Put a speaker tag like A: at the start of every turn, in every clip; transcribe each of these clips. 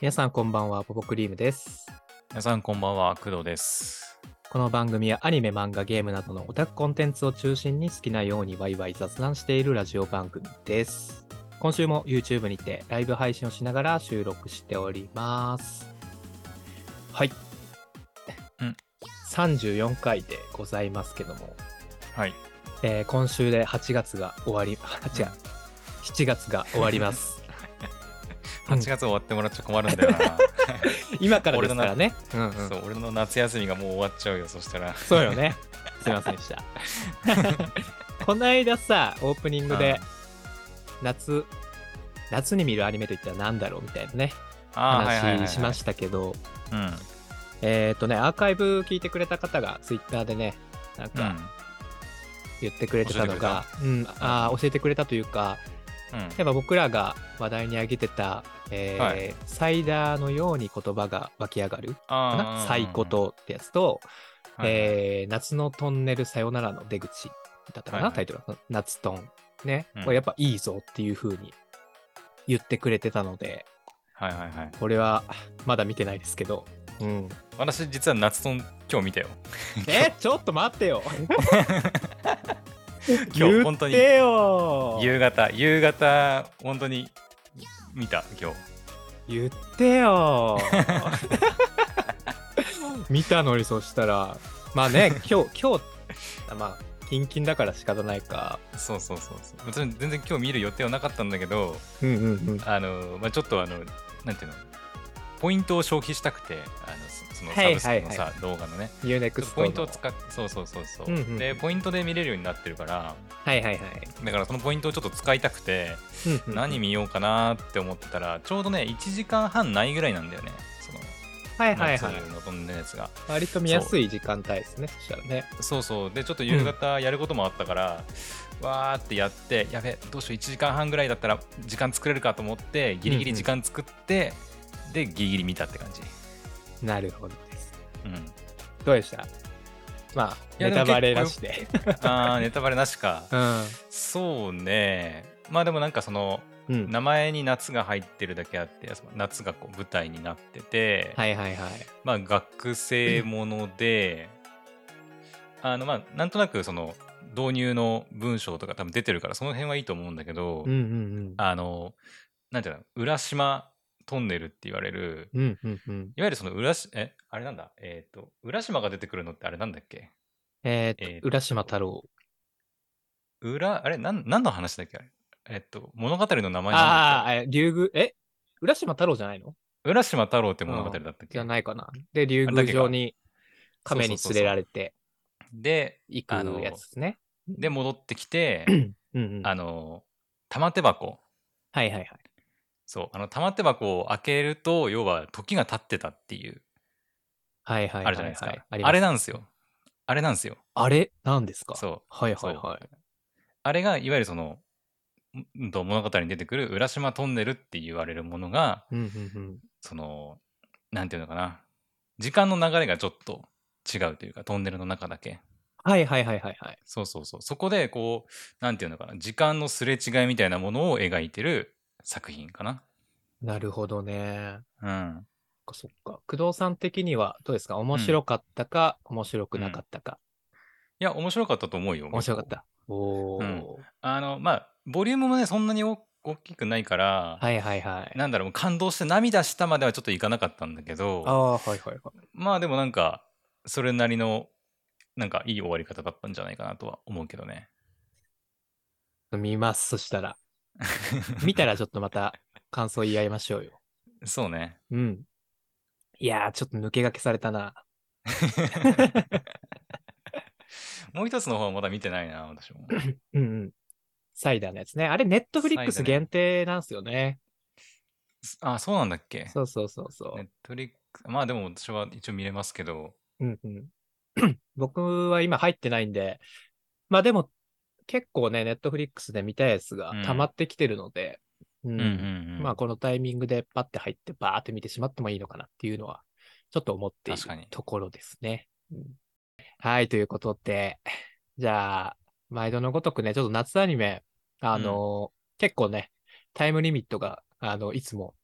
A: 皆さんこんばんはポポクリームです
B: 皆さんこんばんは、工藤です。
A: この番組はアニメ漫画ゲームなどのオタクコンテンツを中心に好きなようにワイワイ雑談しているラジオ番組です今週も YouTube にてライブ配信をしながら収録しておりますはい、
B: うん、
A: 34回でございますけども、
B: はい。
A: えー今週で8月が終わり違う7月が終わります うん
B: 8月終わってもらっちゃ困るんだよな。
A: 今からですからね うんうん
B: そう、俺の夏休みがもう終わっちゃうよ、そしたら。
A: そう よね。すいませんでした。 この間さ、オープニングで、夏、夏に見るアニメといったら何だろうみたいなね、
B: あーはいはいはいは
A: 話
B: い
A: しましたけど、
B: うん。うん。
A: えっ、とね、アーカイブ聞いてくれた方が、ツイッターでね、なんか言ってくれてたのが、うん、あー教えてくれたというか、
B: うん。
A: やっぱ僕らが話題に挙げてた、えー
B: はい
A: サイダーのように言葉が湧き上がるか
B: あ
A: な、サイコトってやつと、えー夏のトンネルさよならの出口だったかな、
B: はいはい
A: タイトルは夏トンね、
B: うん
A: これやっぱいいぞっていう風に言ってくれてたので
B: はいはいはいはいはい。
A: これはまだ見てないですけど、 うん、
B: 私、実は夏とん今日見たよ。
A: えちょっと待ってよ
B: 今日本当に
A: 言ってよ言
B: 夕方、夕方、本当に見た、今日。
A: って よ見たのにそしたらまあ ね今日今日まあキンキンだから仕方ないか
B: そうそうそうそう。別に全然今日見る予定はなかったんだけど、
A: うんうんうん
B: あの、まあ、ちょっとあの、なんていうの、ポイントを消費したくて、あのそその
A: は
B: サ
A: い
B: ブス
A: は
B: ク
A: いは
B: の
A: い
B: さ、動画のね。
A: ユーネクスト
B: ポイントを使ってそうそうそうそう、
A: うんうん
B: でポイントで見れるようになってるから
A: はいはいはい、
B: だからそのポイントをちょっと使いたくて、
A: うんうん
B: 何見ようかなって思ってたらちょうどね1時間半ないぐらいなんだよねその
A: はいはい
B: 夏
A: はい
B: の飛んでるやつが、
A: 割と見やすい時間帯ですね、そしたらね。
B: そうそうでちょっと夕方やることもあったから、わーってやってやべどうしよう1時間半ぐらいだったら時間作れるかと思ってギリギリ時間作って、でギリギリ見たって感じ
A: なるほどです。
B: うん
A: どうでしたまあ、
B: いや
A: ネタバレなしで。
B: あーネ タバレなしか
A: うん。
B: そうねまあでもなんかその
A: うん。
B: 名前に夏が入ってるだけあってその夏がこう舞台になってて、
A: はいはいはい。
B: まあ学生もので、あのまあなんとなくその導入の文章とか多分出てるからその辺はいいと思うんだけど、
A: うんうん
B: あのなんていうの浦島トンネルって言われる
A: うん。うんうんうん。
B: いわゆるその浦島えあれなんだえっ、と浦島が出てくるのってあれなんだっけ
A: えー
B: え
A: っ
B: ー
A: と、
B: と
A: 浦島太郎。
B: 浦あれなん何の話だっけあれえっと物語の名前なんだっ
A: ああ、え竜宮、え浦島太郎じゃないの
B: け浦島太郎って物語だったっけ、
A: じゃないかな。で、竜
B: あ
A: 宮
B: だけか
A: 城に亀に連れられて
B: で
A: 行くやつですね。
B: で戻って きて、
A: うんうん。は
B: あ
A: い
B: の玉手箱
A: はいはい。
B: そうあの玉手箱を開けると要は時が経ってたっていう
A: はいはいはいはい。
B: あるじゃないですか、
A: あり
B: あ
A: ま
B: れ
A: す
B: なんですよあれなんですよ
A: あれなんですか
B: そう
A: はいはいはい。
B: あれがいわゆるそのうんと物語に出てくる浦島トンネルって言われるものが
A: うんうんうん。
B: そのなんていうのかな時間の流れがちょっと違うというかトンネルの中だけ
A: はいはいはいはいはい。
B: そうそうそうそこでこうなんていうのかな時間のすれ違いみたいなものを描いてる作品かな
A: なるほどね。
B: うん
A: そっか。工藤さん的にはどうですか面白かったか、面白くなかったか。
B: いや面白かったと思うよ
A: 面白かっ
B: 結構
A: た。おお、
B: うんあのまあボリュームもねそんなに大大きくないから、
A: はいはいはい。
B: なんだろう感動して涙したまではちょっといかなかったんだけ
A: あ
B: ど
A: あ、はいはいはい。
B: まあでもなんかそれなりのなんかいい終わり方だったんじゃないかなとは思うけどね
A: 見ます、そしたら。見たらちょっとまた感想言い合いましょうよ。
B: そうね
A: うん。いやー、ちょっと抜け駆けされた な。
B: もう一つの方はまだ見てないな 私も
A: うんうん。サイダーのやつね。あれ、ネットフリックス
B: サイダーね
A: 限定なんですよね。
B: あそうなんだっけ
A: そうそうそうそう。
B: ネットリックまあでも私は一応見れますけど
A: うんうん、 僕は今入ってないんで、まあでも結構ね、ネットフリックスで見たやつが
B: うん
A: 溜まってきてるので、うん
B: うんうん、うん、
A: まあこのタイミングでパッて入ってバーって見てしまってもいいのかなっていうのは、ちょっと思っている
B: 確かに
A: ところですね。うんはい、ということで、じゃあ、毎度のごとくね、ちょっと夏アニメ、あのー結構ね、タイムリミットが、あの、いつも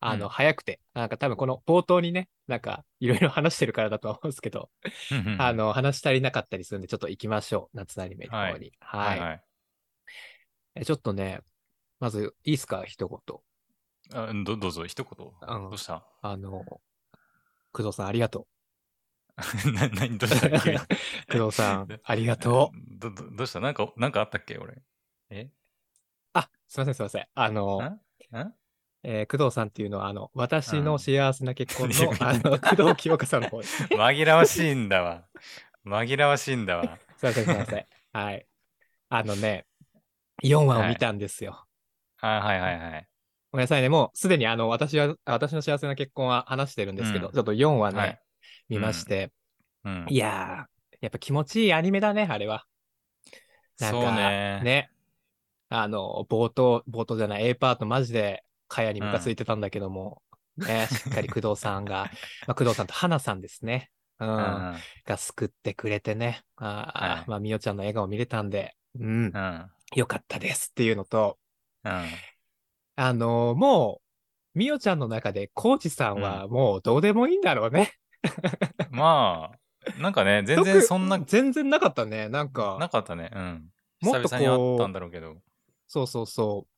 A: あの、
B: うん
A: 早くて、なんか多分この冒頭にね、なんかいろいろ話してるからだとは思うんですけど、
B: うんうん
A: あの、話し足りなかったりするんで、ちょっと行きましょう。夏アニメの方に。は。
B: はいいはい
A: えちょっとね、まず、いいですか、一言。
B: あどどうぞ一言
A: あの
B: どうした
A: あの、工藤さんありがと
B: な何 どう
A: う
B: した急に。
A: 工藤さんありがとう。
B: どどどうしたなんかなんかあったっけ俺え
A: あ、すいませんすいません。あの、
B: んん
A: えー工藤さんっていうのは、あの、私の幸せな結 婚
B: う
A: の、
B: ん
A: あの、工藤清香さんの方です。すい
B: 紛らわしいんだわ紛らわしいんだわ
A: ませんすいません。はい。あのね、4話を見たんですよ。
B: あはいはいはい
A: ごめんなさいね、もうすでにあの私は私の幸せな結婚は話してるんですけど、
B: うん
A: ちょっと4話ね、
B: はい
A: 見まして、
B: うん
A: いやー、やっぱ気持ちいいアニメだね、あれは。なんか
B: そうね
A: ね、あの、冒頭、冒頭じゃない、A パート、マジで、かやにムカついてたんだけど も、ね、しっかり工藤さんが、まあ、工藤さんと花さんですね、うん、
B: うん
A: が救ってくれてね、あー、
B: はい
A: まあ、みおちゃんの笑顔見れたんで、うん
B: う、ん
A: よかったですっていうのと、
B: うん
A: あのもう、みおちゃんの中で、コーチさんはもうどうでもいいんだろうね。
B: まあなんかね 全
A: 特
B: 然そんな
A: 全然なかったね。なん
B: な
A: か、
B: かったねうん
A: も
B: 久
A: っとこう
B: 々にあったんだろうけど
A: そうそうそう。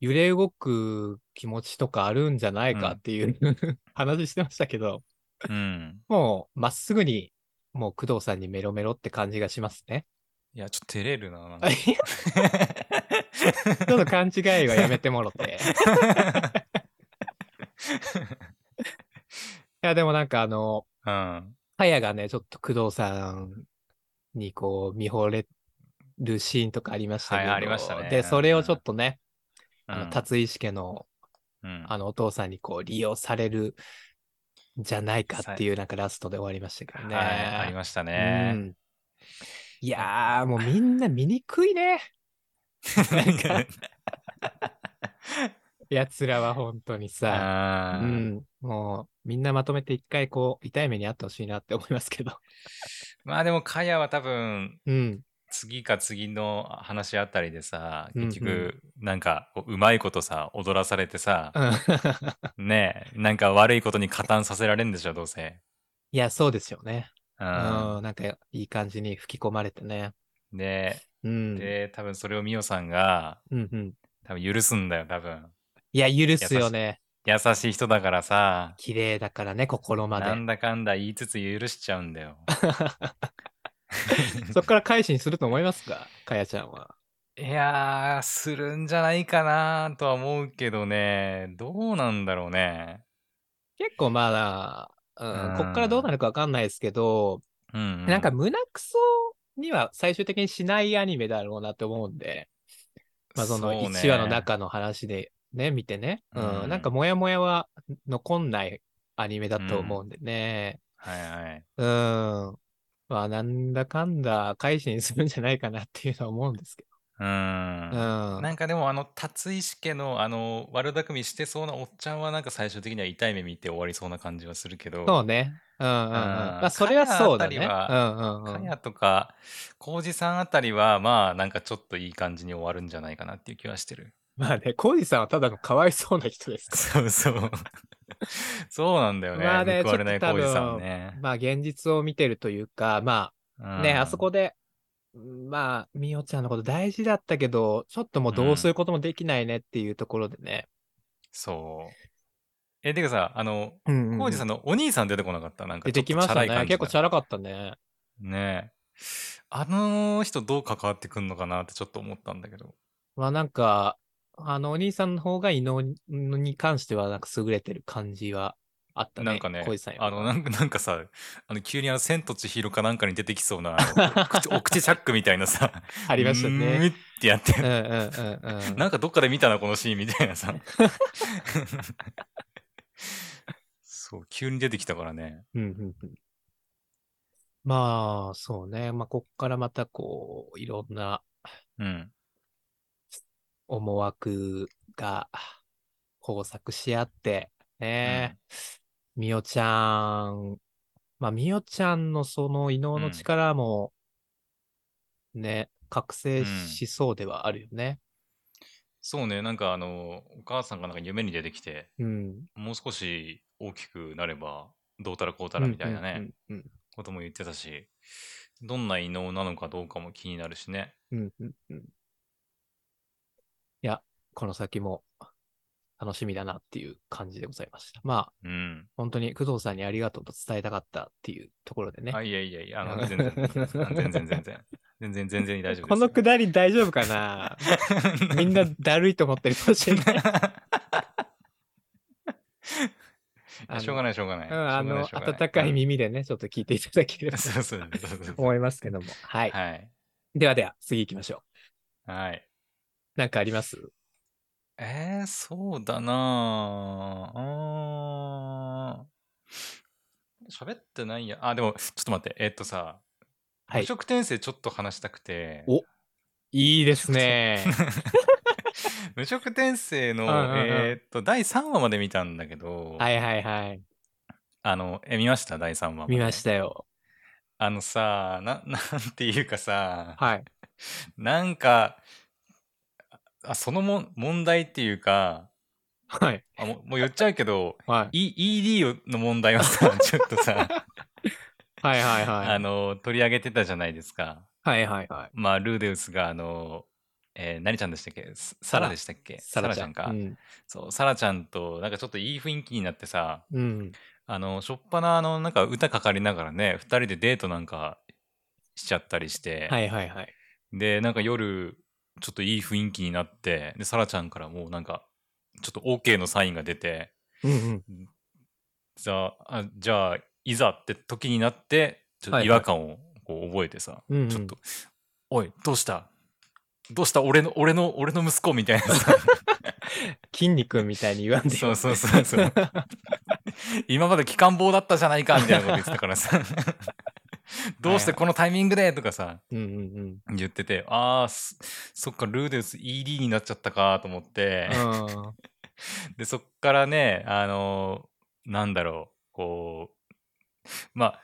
A: 揺れ動く気持ちとかあるんじゃないかっていう、 話してましたけど、
B: うん
A: もうまっすぐに、もう工藤さんにメロメロって感じがしますね。
B: いやちょっと照れるな
A: いやちょっと勘違いはやめてもろ て。いや、でもなん かあの、
B: うん
A: はやがね、ちょっと工藤さんにこう見惚れるシーンとかありましたけど、
B: はいありましたね
A: で、それをちょっとね、
B: うん
A: あの、辰石家の
B: うん
A: あのお父さんにこう利用されるんじゃないかっていう、なんかラストで終わりましたけどね。
B: はいありました
A: すう
B: ね
A: ん、いやー、もうみんな醜いね。
B: なんか ね
A: 奴らは本当にさ。う
B: あー
A: ん、もうみんなまとめて一回こう痛い目にあってほしいなって思いますけど。
B: まあでもかやは多分
A: うん、
B: 次か次の話あたりでさ
A: うんうん
B: 結局なんかこううまいことさ踊らされ てさ
A: うん
B: ねえなんか悪いことに加担させられるんでしょどうせ
A: いや、そうですよね。
B: う
A: うんん、なんかいい感じに吹き込まれてね。
B: で
A: うん。
B: で多分それをみおさんが
A: うんうん、
B: 多分許すんだよ多分
A: いや、許すよね。
B: 優しい人だからさ
A: 綺麗だからね、心まで
B: な。んだかんだ言いつつ許しちゃうん だよ
A: そこから改心すると思いますかかやちゃんは。
B: いやーするんじゃないかなとは思うけどねどうなんだろうね
A: 結構まだ、うん、
B: うん
A: こっからどうなるかわかんないですけど、
B: うんう、
A: なんか胸くそには最終的にしないアニメだろうなって思うんで、まあその
B: そうね
A: 1話の中の話でね、見てね、うん、
B: うん
A: なんかモヤモヤは残んないアニメだと思うんでね。
B: はいはい
A: うん。まあ、なんだかんだ改心するんじゃないかなっていうのは思うんですけ
B: うん
A: ど。うん。
B: なんかでもあの辰石家のあの悪巧みしてそうなおっちゃんはなんか最終的には痛い目見て終わりそうな感じはするけど
A: そうね。うんうんうん。
B: ん
A: まあ、それはそうだね。う
B: 彼らあたり
A: んうん
B: か
A: うん。
B: やとか浩二さんあたりはまあなんかちょっといい感じに終わるんじゃないかなっていう気はしてる
A: まあね、コージさんはただのかわいそうな人ですか
B: そうそうそうなんだよね,、
A: まあね
B: 報われない
A: ちょっ
B: 浩
A: と多分
B: 二さんはね
A: ら。、まあ、現実を見てるというか、ま
B: う
A: あ
B: ん
A: ね、あそこで、まあ、みおちゃんのこと大事だったけど、ちょっともうどうすることもできないねっていうところでね。
B: そうえてかさあの
A: うん
B: 浩二さん
A: ん
B: のお兄さん出てこなかったなんか
A: 出て
B: ちょっとチ
A: きまし
B: ャ
A: た
B: ラい
A: ね。
B: 感じ
A: 結構
B: だ
A: チャラかったね。
B: ねえ。あの人どう関わってくんのかなってちょっと思ったんだけど。
A: まあなんか、あの、お兄さんの方が異能にに関しては、なんか優れてる感じはあったね。
B: なんかね
A: 小路さん、より
B: あのなんかなんかさ、あの急にあの千と千尋かなんかに出てきそ うな、あの口お口チャックみたいなさ、
A: ありました
B: うーん
A: ね。
B: ってやっ
A: うん
B: て、
A: うんうんうん。
B: なんかどっかで見たな、このシーンみたい なさ。そう、急に出てきたからね。
A: うんうんうんまあ、そうね。まあ、こっからまたこう、いろんな
B: うん。
A: 思惑が交錯し合って、ね。みおちゃん、まあ、みおちゃんのその異能の力も、ね、覚醒しそうではあるよね。
B: そうね、なんかあの、お母さんがなんか夢に出てきて、
A: うん。
B: もう少し大きくなれば、どうたらこうたらみたいなね、
A: うん。うん
B: ことも言ってたし、どんな異能なのかどうかも気になるしね。
A: うんうんうん。いや、この先も楽しみだなっていう感じでございました。まあ、
B: うん。
A: 本当に工藤さんにありがとうと伝えたかったっていうところでね。
B: あ、いやいやいや、あの、全然、全然、全然、全然、全然大丈夫です。
A: このくだり大丈夫かなみんなだるいと思ってるかもしれ ない。
B: いやしょうがない、しょうがない。
A: うん、あ
B: しょうがない
A: の、
B: しょうがない
A: 温かい耳でね、ちょっと聞いていただければと
B: そうそうそうそうそう。
A: 思いますけども。はい。
B: はい。
A: ではでは、次行きましょう。
B: はい。
A: なんかあります
B: えー、そうだなあー喋ってないや。あ、でも、ちょっと待って。えっとさ、
A: はい
B: 無職転生ちょっと話したくて。
A: おいいです ね。
B: 無職転生の、
A: うんうんうん
B: えーっと、第3話まで見たんだけど、
A: はいはいはい。
B: あの、え、見ました第3話まで
A: 見ましたよ。
B: あのさ、な、なんていうかさ、
A: はい。
B: なんか、あそのもん問題っていうか、
A: はい。
B: あもうもう言っちゃうけど、
A: はい。
B: E、ED の問題 をさ、ちょっとさ、
A: はいはいは
B: あ
A: い。
B: の、取り上げてたじゃないですか。
A: はいはいは
B: まあ、ルーデウスが、あの、えー何ちゃんでしたっけササラでしたっけ
A: い。サラちゃん
B: か、
A: うん。
B: そう、サラちゃんと、なんかちょっといい雰囲気になってさ、
A: うん。
B: あの、しょっぱな、あの、なんか歌かかりながらね、二人でデートなんかしちゃったりして、
A: はいはいはい。
B: で、なんか夜、ちょっといい雰囲気になって、で、サラちゃんからもうなんか、ちょっと OK のサインが出て、
A: うんうん。
B: じゃあ、あじゃあいざって時になって、ちょっ
A: はい
B: と
A: はい
B: 違和感をこう覚えてさ、
A: うんうん
B: ちょっと、おい、どうしたどうした俺の、俺の、俺の息子みたいなさ、
A: 筋肉みたいに言わんでよ
B: そうそうそうそう。 今まで期間棒だったじゃないかみたいなこと言ってたか らさ。どうしてこのタイミングでとかさ、
A: うんうんうん。
B: 言ってて、ああ、すそっか、ルーデウス ED になっちゃったかと思って、
A: うん
B: で、そっからね、あのーなんだろう、こう、まあ、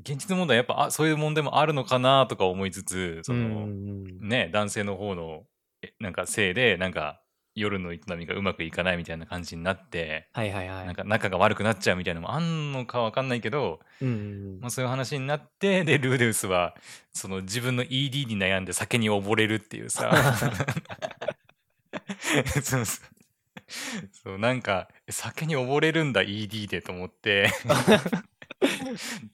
B: 現実問題やっぱあそういう問題もあるのかなとか思いつつ、そ
A: うん
B: の、
A: うん
B: ね、男性の方のえなんかせいで、なんか夜の営みがうまくいかないみたいな感じになって、
A: はいはいは
B: なん
A: い。
B: か仲が悪くなっちゃうみたいなのもあんのかわかんないけど、
A: うんうんうん
B: まあ、そういう話になってでルーデウスはその自分の ED に悩んで酒に溺れるっていうさ そうそうそうなんか酒に溺れるんだ ED でと思って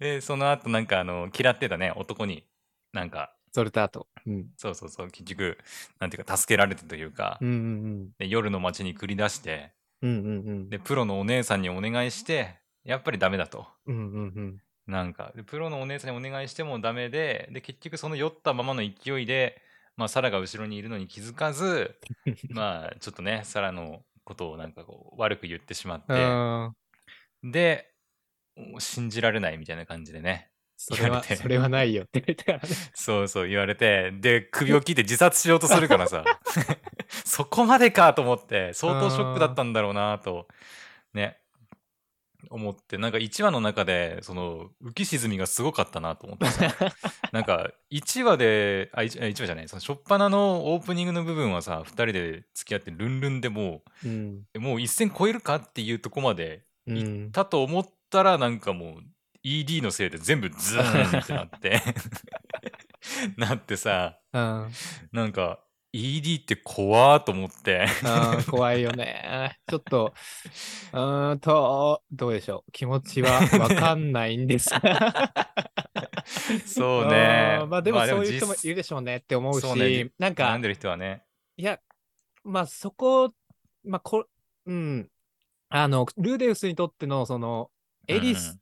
B: でその後なんかあの嫌ってたね男になんか
A: それとあと。うん。
B: そうそうそう結局なんていうか助けられてというか、
A: うんうん
B: で夜の街に繰り出して
A: うん。うんうんうん。
B: でプロのお姉さんにお願いしてやっぱりダメだと。
A: うんうんうん。
B: なんかでプロのお姉さんにお願いしてもダメでで結局その酔ったままの勢いで、まあ、サラが後ろにいるのに気づか ずまあちょっとねサラのことをなんかこう悪く言ってしまって
A: あー
B: でもう信じられないみたいな感じでね
A: それ
B: 言わ
A: は、
B: れ て
A: それはないよって言ってから ね。
B: そうそう言われてで首を切って自殺しようとするからさそこまでかと思って相当ショックだったんだろうなとね思ってなんか1話の中でその浮き沈みがすごかったなと思ってさなんか1話であ 1, 話じゃないその初っ端のオープニングの部分はさ2人で付き合ってルンルンでも
A: うん。
B: うもう一線超えるかっていうとこまで
A: うん。
B: だと思ったらなんかもう ED のせいで全部ズーンってなって なってさ
A: あ
B: なんか ED って怖ーと 思って
A: ー怖いよね。ちょっと、 うーんと、どうでしょう。気持ちはわかんないん ですが。
B: そうね
A: あーまあでもそういう人も
B: 実
A: いるでしょうねって思う
B: そうね
A: し、なん
B: 悩
A: か
B: ん、でる人はね
A: いや、まあそこ、まあこ、うん。あの、ルーデウスにとっての、その、エリス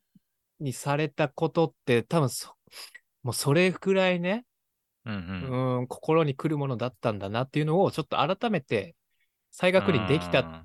A: にされたことって、多分そ、もうそれくらいね、
B: うんうん、うんうん
A: うん、心に来るものだったんだなっていうのを、ちょっと改めて再確認できたっ
B: あ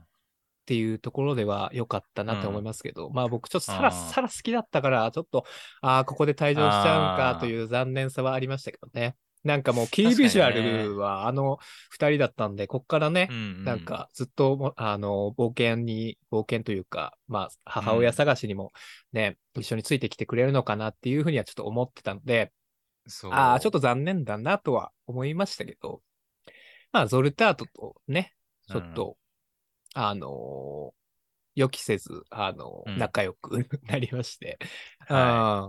A: ていうところでは良かったなと思いますけど、まあ僕、ちょっとさら、
B: あー
A: さら好きだったから、ちょっと、ああ、ここで退場しちゃうん
B: あ
A: か
B: ー
A: という残念さはありましたけどね。なんかもう、キー
B: 確かにね
A: ビジュアルはあの二人だったんで、こっからね
B: ーう、ん
A: なんかずっともあの冒険に冒険というか、まあ、母親探しにもね、一緒についてきてくれるのかなっていうふうにはちょっと思ってたので
B: そう
A: ああちょっと残念だなとは思いましたけどまあ、ゾルタートとね、ちょ
B: う
A: っ
B: ん
A: と、あのー予期せず、あのー
B: うん
A: 仲良くなりまして、
B: は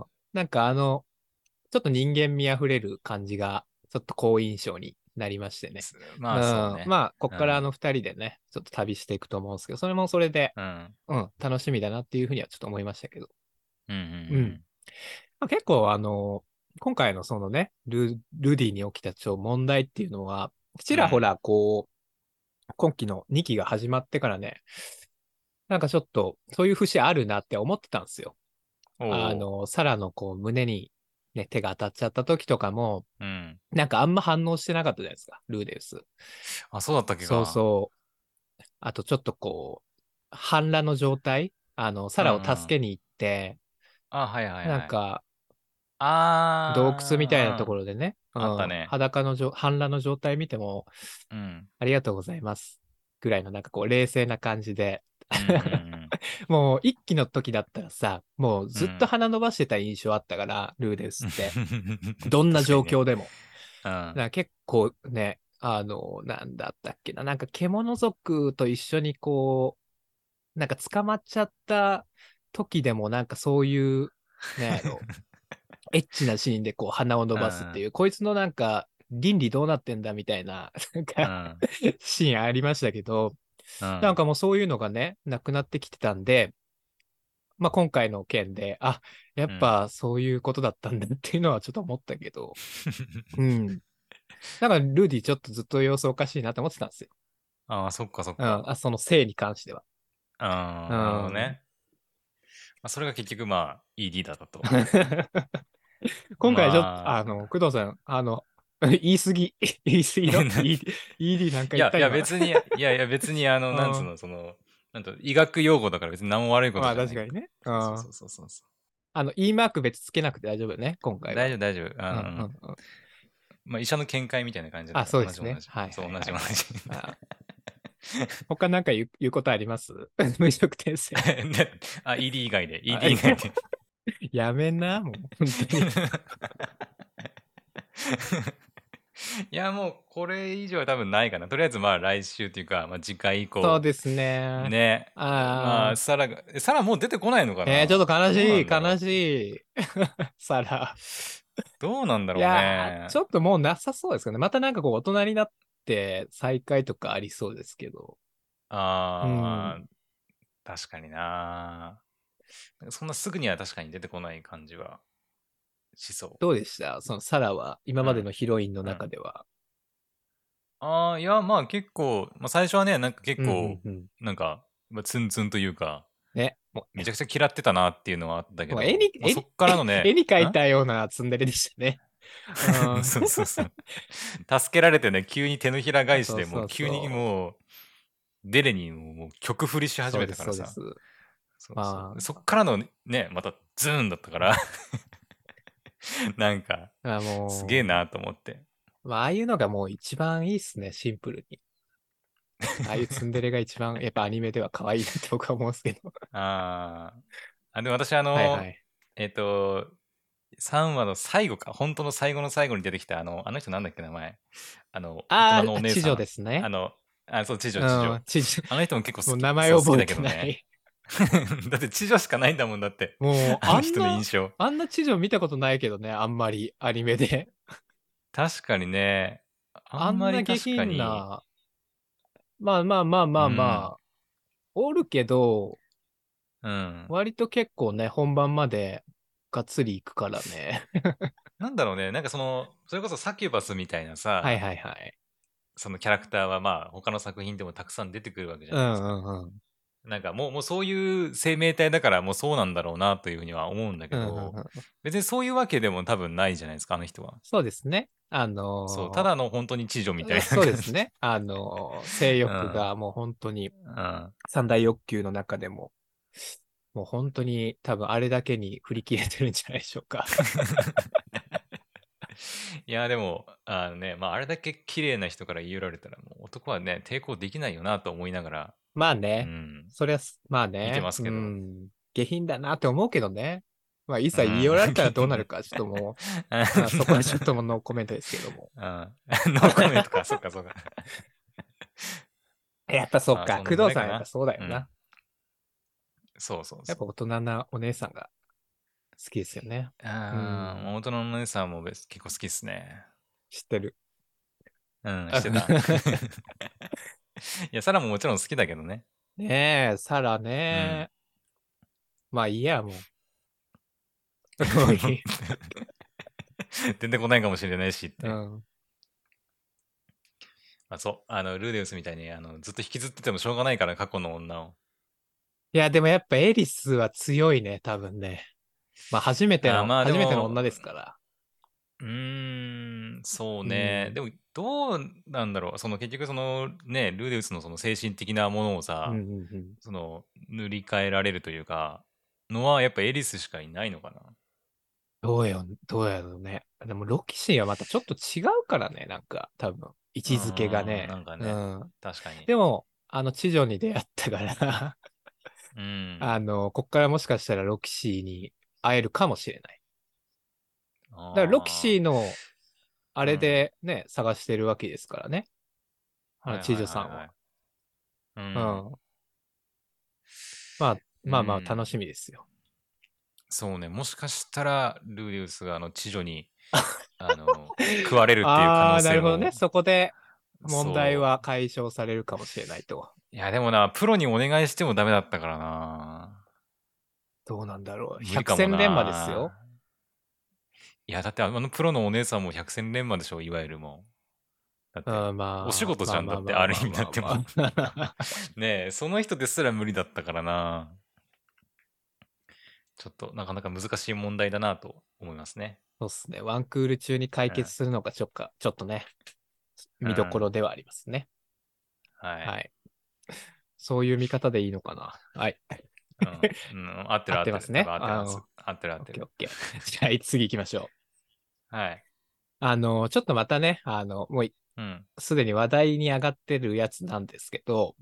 A: あーなんかあの、ちょっと人間味あふれる感じが、ちょっと好印象になりましてね。
B: まあそうね。
A: うんまあ、こっから
B: うん
A: あの二人でね、ちょっと旅していくと思うんですけど、それもそれで、
B: うん。
A: うん、楽しみだなっていうふうにはちょっと思いましたけど、
B: うんう
A: うんんまあ、結構あの、今回のそのね、ルルディに起きた超問題っていうのは、ちらほらこう、今期の2期が始まってからね、なんかちょっとそういう節あるなって思ってたんですよ。
B: うん。おう
A: あ、の、サラのこう胸に、ね、手が当たっちゃった時とかも、
B: うん。
A: なんかあんま反応してなかったじゃないですか、ルーデウス。
B: あ、そうだったっけか。
A: そうそう。あとちょっとこう、反乱の状態、あの、サラを助けに行って、
B: あ、はいはいはい。
A: なん、か
B: あ
A: 洞窟みたいなとこ
B: ろ。
A: ろでね、
B: あー
A: うん
B: あったね
A: 裸のじょ反乱の状態見ても、
B: うん。
A: ありがとうございます。ぐらいのなんかこう、冷静な感じで、
B: うんうんうん
A: もう一期の時だったらさ、もうずっ
B: うん
A: と鼻伸ばしてた印象あったから、ルーデウス って。
B: うん
A: どんな状況でも。
B: 確
A: だ
B: か
A: から結構ね、あの、なんだったっけな、なんか獣族と一緒にこう、なんか捕まっちゃった時でもなんかそういう、ね、あ のエッチなシーンでこう鼻を伸ばすっていう、こいつのなんか倫理どうなってんだみたいな、 なん
B: に
A: か、
B: ね
A: シーンありましたけど、
B: うん うん
A: なんかもうそういうのがね、なくなってきてたんで、まあ今回の件で、あ、やっぱそういうことだったんだっていうのはちょっと思ったけ ど、うん。だから、ルディちょっとずっと様子おかしいなと思ってたんですよ。
B: ああ、そっかそっ
A: う
B: か。
A: ん。あその性に関しては。
B: ああ、
A: うん
B: なるほどね。まあ、それが結局まあ、ED だっ たと。
A: 今回ちょっと、
B: まあ
A: あの、工藤さん、あの、 言い過ぎ、 言い過 ぎの ED, ED なんか
B: い
A: 言
B: や
A: っ、たり
B: いや別に、いやいや別に、あ
A: う
B: の、
A: ん
B: なんつうの、その、なんと医学用語だから別に何も悪いこと
A: ま
B: じゃ
A: あ
B: ない。
A: 確かにね。う
B: そうんそうそうそうそう。
A: あの、E マーク別つけなくて大丈夫ね、今回は。
B: 大丈夫、大丈夫。あの
A: うんうんうん
B: まあ、医者の見解みたいな感じだから
A: あそうですね
B: 同じ同じ
A: はいはい
B: そう、同じ同
A: はい
B: じ。
A: あ 他なんか言う言うことあります 無職転生。
B: であ、ED 以外で、ED 以外で。
A: やめな、もう。本当に
B: いや、もう、これ以上は多分ないかな。とりあえず、まあ、来週というか、まあ、次回以降。
A: そうですね。
B: ね。ま
A: あ
B: あ、サラが、えサラもう出てこないのか
A: あ。
B: な
A: えー、ちょっと悲しい、
B: どうなんだろう
A: 悲しい。 サラ。
B: どうなんだ
A: い
B: ろ
A: うや
B: ね
A: ー。ちょっともうなさそうですよね。またなんかこう大人になって再会とかありそうですけど。
B: ああ、確かにな。そんなすぐには確かに出てこない感じはしそう。
A: どうでしたそのサラは今までのヒロインの中では。
B: ああ、いや、まあ結構、まあ、最初はね、なんか結構、
A: うんうんうん
B: なんか、まあ、ツンツンというか、
A: ね。もう
B: めちゃくちゃ嫌ってたなっていうのはあったけ
A: も
B: ど、
A: う絵に
B: まあ
A: 絵に
B: そっからのね、
A: 絵に描いたようなツンデレでしたね。うん
B: そうそうそう。助けられてね、急に手のひら返し
A: そう
B: て、
A: そうそう
B: もう急にもう、デレにもう曲振りし始めたから
A: そう
B: さ。
A: です。そうです
B: そうそう
A: まあ
B: そっからのね、またズーンだっ たから、なんか、
A: あもう
B: すげえ。なと思って。
A: まあ、ああいうのがもう一番いいっすね、シンプルに。ああいうツンデレが一番、やっぱアニメでは可愛いなって僕は思うんですけど。
B: あーあ。でも私、あの、
A: はいはい。
B: えっ、と、3話の最後か、本当の最後の最後に出てきた、あの、あの人なんだっけ、名前。あの、
A: あ
B: 大人のお
A: あ、
B: 姉さん。
A: 地上ですね
B: あ。の、あ、そう、知
A: う
B: 女、知女。
A: ん、地上。
B: あの人も結構好き
A: もう名前覚えて
B: そう好き
A: な
B: だけ
A: い。
B: ど ね。だって知女しかないんだもんだって。
A: もう、
B: あ
A: あ
B: の
A: ん
B: 人の
A: な
B: 印象。
A: あんな地上見たことないけどね、あんまりアニメで。
B: 確かにね。あ
A: あん
B: んま
A: な
B: り
A: 下
B: 確か
A: 品
B: に。
A: な。まあまあまあまあまあ、おるけど、
B: うん。
A: 割と結構ね、本番までがっつり行くからね。
B: なんだろうね。なんかその、それこそサキュバスみたいなさ、
A: はいはいはい。
B: そのキャラクターはまあ他の作品でもたくさん出てくるわけじゃ
A: う
B: ないで
A: ん
B: すか。
A: うんうん。
B: なんかもうもうそういう生命体だからもうそうなんだろうなというふうには思うんだけ
A: う
B: ど、
A: んうんうん
B: 別にそういうわけでも多分ないじゃないですか、あの人は。
A: そうですね。あのー
B: そう、ただの本当に知女みたいな。
A: そうです。ね。あ のー性欲がもう本当に
B: うん。
A: 三大欲求の中でも、もう本当に多分あれだけに振り切れてるんじゃないでしょう か。
B: いやでもあのね、まあ、あれだけ綺麗な人から言い寄られたらもう男はね抵抗できないよなと思いながら、
A: まあ
B: う
A: ね、
B: ん、
A: そりゃす、まあね。
B: 見てますけど
A: うん下品だなって思うけどね。まあ、一切言い寄られたらどうなるか、ちょっともう、
B: あ
A: まあそこはちょっともうノーコメントですけども。
B: うん。ノーコメントか、そっかそっか。
A: やっぱそっ
B: まあ
A: か、
B: そんな
A: 工
B: ぐら
A: 藤
B: いか
A: さ
B: なん
A: やっぱそうだよ
B: うん
A: な。
B: そうそうそ
A: やっ。
B: う
A: ぱ大人なお姉さんが好きですよね。
B: ああ、大人のお姉さんも別結構好きですね。
A: 知ってる。
B: うん、してた。いや、サラももちろん好きだけどね。
A: ねえ、サラね、まあいいや、もう。もういい
B: 出てこないかもしれないしって。
A: うん。
B: まあ、そう、あの、ルーデウスみたいにあのずっと引きずっててもしょうがないから、過去の女を。
A: いや、でもやっぱエリスは強いね、多分ね。まあ初めて
B: あ
A: の、
B: まあで
A: 初
B: も
A: めての女ですから。
B: うーん、そうね。
A: うん
B: でも、どうなんだろう。その結局、そのね、ルーデウスのその精神的なものをさ、
A: うんうんうん。
B: その塗り替えられるというか、のはやっぱエリスしかいないのかな。
A: どうよ、どうやろうね。でもロキシーはまたちょっと違うからね、なんか、多分。位置づけがね。
B: うんなんかね
A: うん
B: 確かに。
A: でも、あの、知女に出会ったから、
B: う ん。
A: あの、こっからもしかしたらロキシーに会えるかもしれない。
B: だ
A: だからロキシー
B: の、
A: のあれでね、探してるわけですからね。あの、知女さん
B: はい
A: は。
B: はいはいはい。うん。
A: うん。まあ、まあまあ、
B: うん
A: 楽しみですよ。
B: そうね、もしかしたら、ルーディウスが、あの、知女に、 あの、食われるっていう可
A: ああ
B: 能
A: ー、な
B: 性
A: るほ
B: も
A: どね。そこで
B: そう
A: 問題は解消されるかもしれないと。
B: いや、でもな、プロにお願いしてもダメだったからな。
A: どうなんだろう。
B: 無理か
A: 百
B: も
A: 戦
B: な
A: 錬磨ですよ。。
B: いや、だって、あの、プロのお姉さんも百戦錬磨でしょ、いわゆるもう。だっ
A: うん、まあ。
B: お仕事じゃん
A: まあま
B: だって
A: まま
B: ある意味だっても
A: まあまあ
B: て、ねえ、その人ですら無理だったからな。ちょっと、なかなか難しい問題だなと思いますね。
A: そうっすね。ワンクール中に解決するのがちょっ か、ちょっとね、見どころではありますね。
B: はい。
A: はい。そういう見方でいいのかな。はい。
B: うん、うん合ってる
A: 合っ
B: 合っててる。
A: ますね
B: 多分合ってます合ってる合
A: オ
B: っ
A: ッ
B: て
A: ケーオッ
B: る。
A: ケー。 じゃあ、次行きましょう。
B: はい。
A: あの、ちょっとまたね、あの、もうい
B: うん。
A: すでに話題に上がってるやつなんですけど、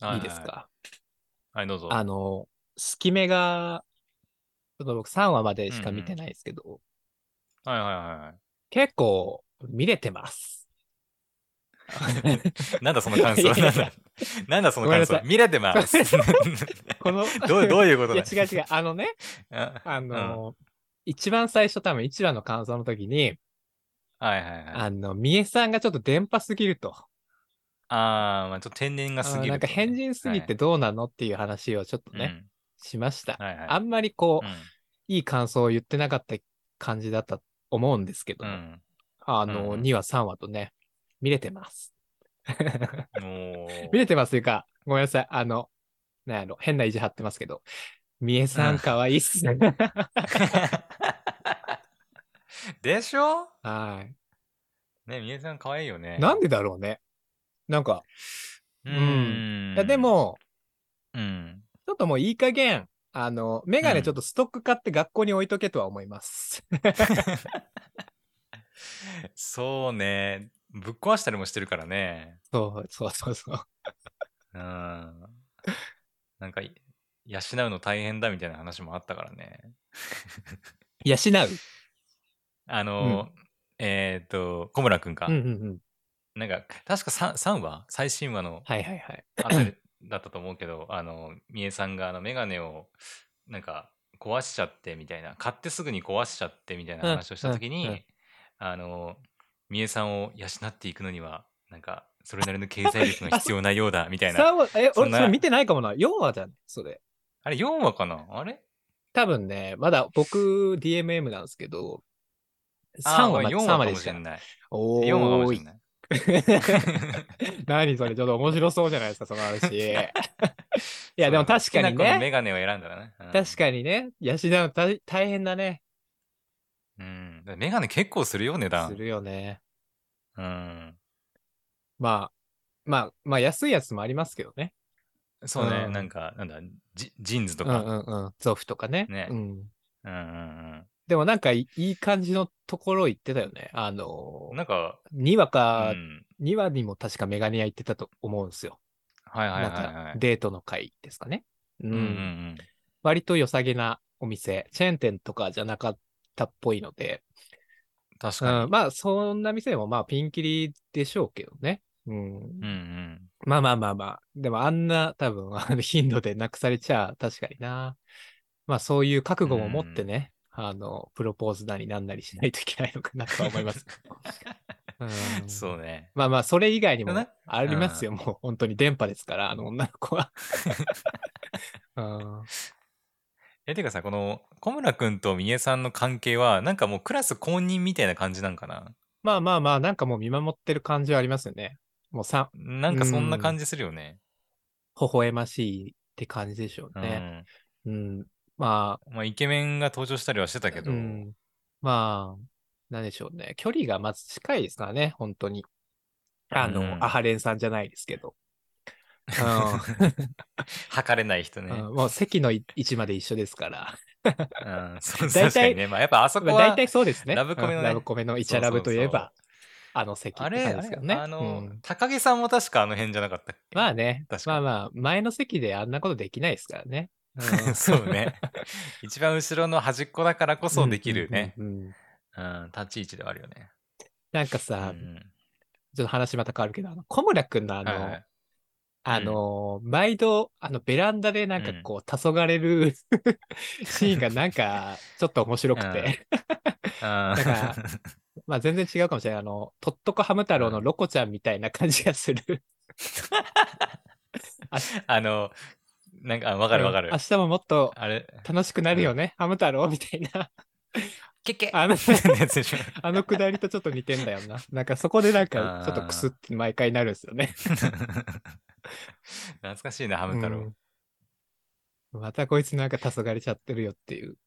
B: はい
A: いですか。
B: はい、どうぞ。
A: あの、スキメが、ちょっと僕3話までしか見てないですけど、
B: はいはいはいは
A: 結構見れてます。
B: い。なん だその感想
A: いやいや
B: なんだなんだその
A: ごめんな
B: 感
A: さ
B: 想
A: い
B: 見れてます。、
A: この
B: どうどういうこと
A: い
B: だ
A: や違う違う、あのね、
B: あ
A: あの、一番最初多分1話の感想の時に、
B: はいはいはい。
A: あの、三重さんがちょっと電波すぎると。
B: あー、まあ、ちょっと天然が過ぎる
A: あ
B: とね。
A: のなんか変人すぎてどうなのっていう話をちょっと
B: はい
A: ね、しました。
B: うんはいはい。
A: あんまりこう、
B: うん
A: いい感想を言ってなかった感じだったと思うんですけど、
B: うん。
A: あ
B: うんう
A: の、
B: ん
A: 2話、3話とね、見れてます。
B: おー
A: 見れてますというか、ごめんなさい、あの、なんやろ、変な意地張ってますけど、三重さ
B: うんん
A: かわいいっすね。
B: でしょ
A: は
B: ね、みえさん可愛いよね。
A: い。なんでだろうね。なんか、
B: う
A: うん
B: ん。
A: いやで、も、
B: うん。
A: ちょっともういい加減、あの、メガネちょっとストック買って学校に置いとけとは思います。
B: そうね。ぶっ壊したりもしてるからね。
A: そう、そうそうそう。
B: うん。なんかい、養うの大変だみたいな話もあったからね。
A: 養う。
B: あの、えっ、と、小村くんか。
A: うんうんうん。
B: なんか、確か 3, 3話最新話の
A: はいはいはい。
B: あたりだったと思うけど、あの、三重さんがあの、メガネを、なんか、壊しちゃってみたいな、買ってすぐに壊しちゃってみたいな話をしたときに、
A: うんうんうん
B: あの、三重さんを養っていくのには、なんか、それなりの経済力が必要なようだ、みた いな。
A: 3話、え、
B: そん
A: 俺
B: な
A: それ見てないかもな。4話じゃん、それ。
B: あれ、4話かなあれ
A: 多分ね、まだ僕 DMM なんですけど、3
B: あ
A: 話ま
B: ー俺
A: で
B: 4
A: 3話
B: 話か
A: で
B: も
A: し
B: したれ。ない。
A: お
B: 4話かもしれない。
A: ーい。何それ、ちょっと面白そうじゃないですか、その 話。いや、でも確かに
B: メ
A: ね、
B: ガネを選んだらね。うん
A: 確かにね、養うの大大変だね。
B: うん。メガネ結構するよ、値
A: す
B: 段。
A: るよね。
B: うん。
A: まあ、まあ、まあ、安いやつもありますけどね。
B: そうね、
A: うん
B: なんか、なんだ、ジジーンズと
A: うん
B: か。
A: うんうん。ゾフとかね。
B: ね
A: うん、
B: うんうん
A: でもなんかいいい感じのところ行ってたよね。あの
B: うん。なんか、
A: 2話
B: う
A: か、
B: ん。
A: 2話にも確かメガネ屋行ってたと思うんですよ。
B: はいはい
A: なん
B: はいは
A: か
B: い。
A: デートの会ですかね。う
B: うんんうんうん。
A: 割と良さげなお店、チェーン店とかじゃなかったっぽいので、
B: 確
A: う
B: か
A: ん、まあ、そんな店もまあ、ピンキリでしょうけどね。うん
B: に。うんうん。
A: まあまあまあまあ。でもあんな多分あの頻度でなくされちゃ確かにな。まあそういう覚悟も持ってね、あの、プロポーズなりなんなりしないといけないのかなとは思いますけ ど。うん
B: そうね。
A: まあまあ、それ以外にも
B: な
A: ありますよ。もう本当に電波ですから、あの女の子 は。うん
B: え、てかさ、この小村くんと三重さんの関係は、なんかもうクラス公認みたいな感じなんかな
A: まあまあまあ、なんかもう見守ってる感じはありますよね。もうさ、
B: なんかそんな感じするよね。
A: 微笑ましいって感じでしょ
B: う。
A: うんね。うん。まあ、
B: まあ、イケメンが登場したりはしてたけど、
A: うん、まあ、なんでしょうね。距離がまず近いですからね、本当に。あの、
B: うん
A: アハレンさんじゃないですけ ど。う
B: 測れない人ね。
A: んうんもう席のい位置まで一緒ですから。
B: うん、そう
A: 大体
B: 確かにね。まあ、やっぱあそこ
A: まあ
B: は
A: 大、体そうですね。
B: ラブコメ
A: う
B: のね
A: んラブコメのイチャラブといえば、あの席っ
B: あ
A: て
B: れ、
A: 感じ
B: あ
A: です
B: れ
A: よね。
B: あの、
A: うん
B: 高木さんも確かあの辺じゃなかったっ け
A: まあね
B: 確、か
A: まあ
B: に
A: まあ、前の席であんなことできないですからね。うん
B: そう ね。一番後ろの端っこだから こそできるね。
A: うんうんうん
B: うん、立ち位置ではあるよね。
A: なんか
B: うん
A: さ、ちょっと話また変わるけど、あの小村くんのあ
B: うん。
A: の、
B: はいはい
A: あのー毎度、あの、ベランダでなんかこう、黄昏れ るシーンがなんか、ちょっと面白くて、
B: あ
A: だ
B: ー
A: か まあ全然違うかもしれない。あの、とっとこハム太郎のロコちゃんみたいな感じがする。
B: あの、なんか、あわかるわかる
A: うん明。日ももっと
B: あれ、
A: 楽しくなるよね、ハム太郎みたいな。
B: ケケ
A: あの、
B: やつでしょ
A: あのくだりとちょっと似てんだよな。なんかそこでなんか、ちょっとクスって毎回なるんですよね。
B: 懐かしいな、ハム太郎。
A: うんまたこいつなんか黄昏ちゃってるよっていう。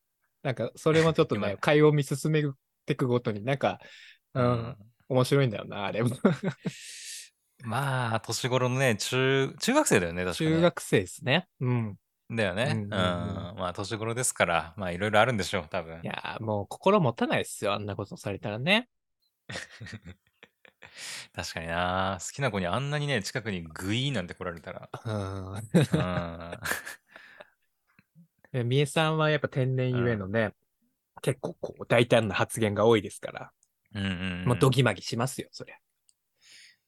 A: なんかそれもちょっとね
B: 今、
A: 会を見進めていくごとになんか、う
B: うんん、
A: 面白いんだよな、あれも。
B: まあ、年頃のね、中、中学生だよね、確かに。
A: 中学生ですね。うん。
B: だよ
A: うん
B: ね。
A: う
B: うん
A: うん
B: ん。まあ、年頃ですから、まあ、いろいろあるんでしょう、多分
A: い。やー、もう心持たないですよ、あんなことされたらね。
B: 確かにな。好きな子にあんなにね、近くにグイーなんて来られた ら。
A: うん。
B: うん。
A: で三重さんはやっぱ天然ゆえのね、結構こう大胆な発言が多いですから、
B: うんうん、
A: も
B: う。
A: うんドギマギしますよ、そりゃ。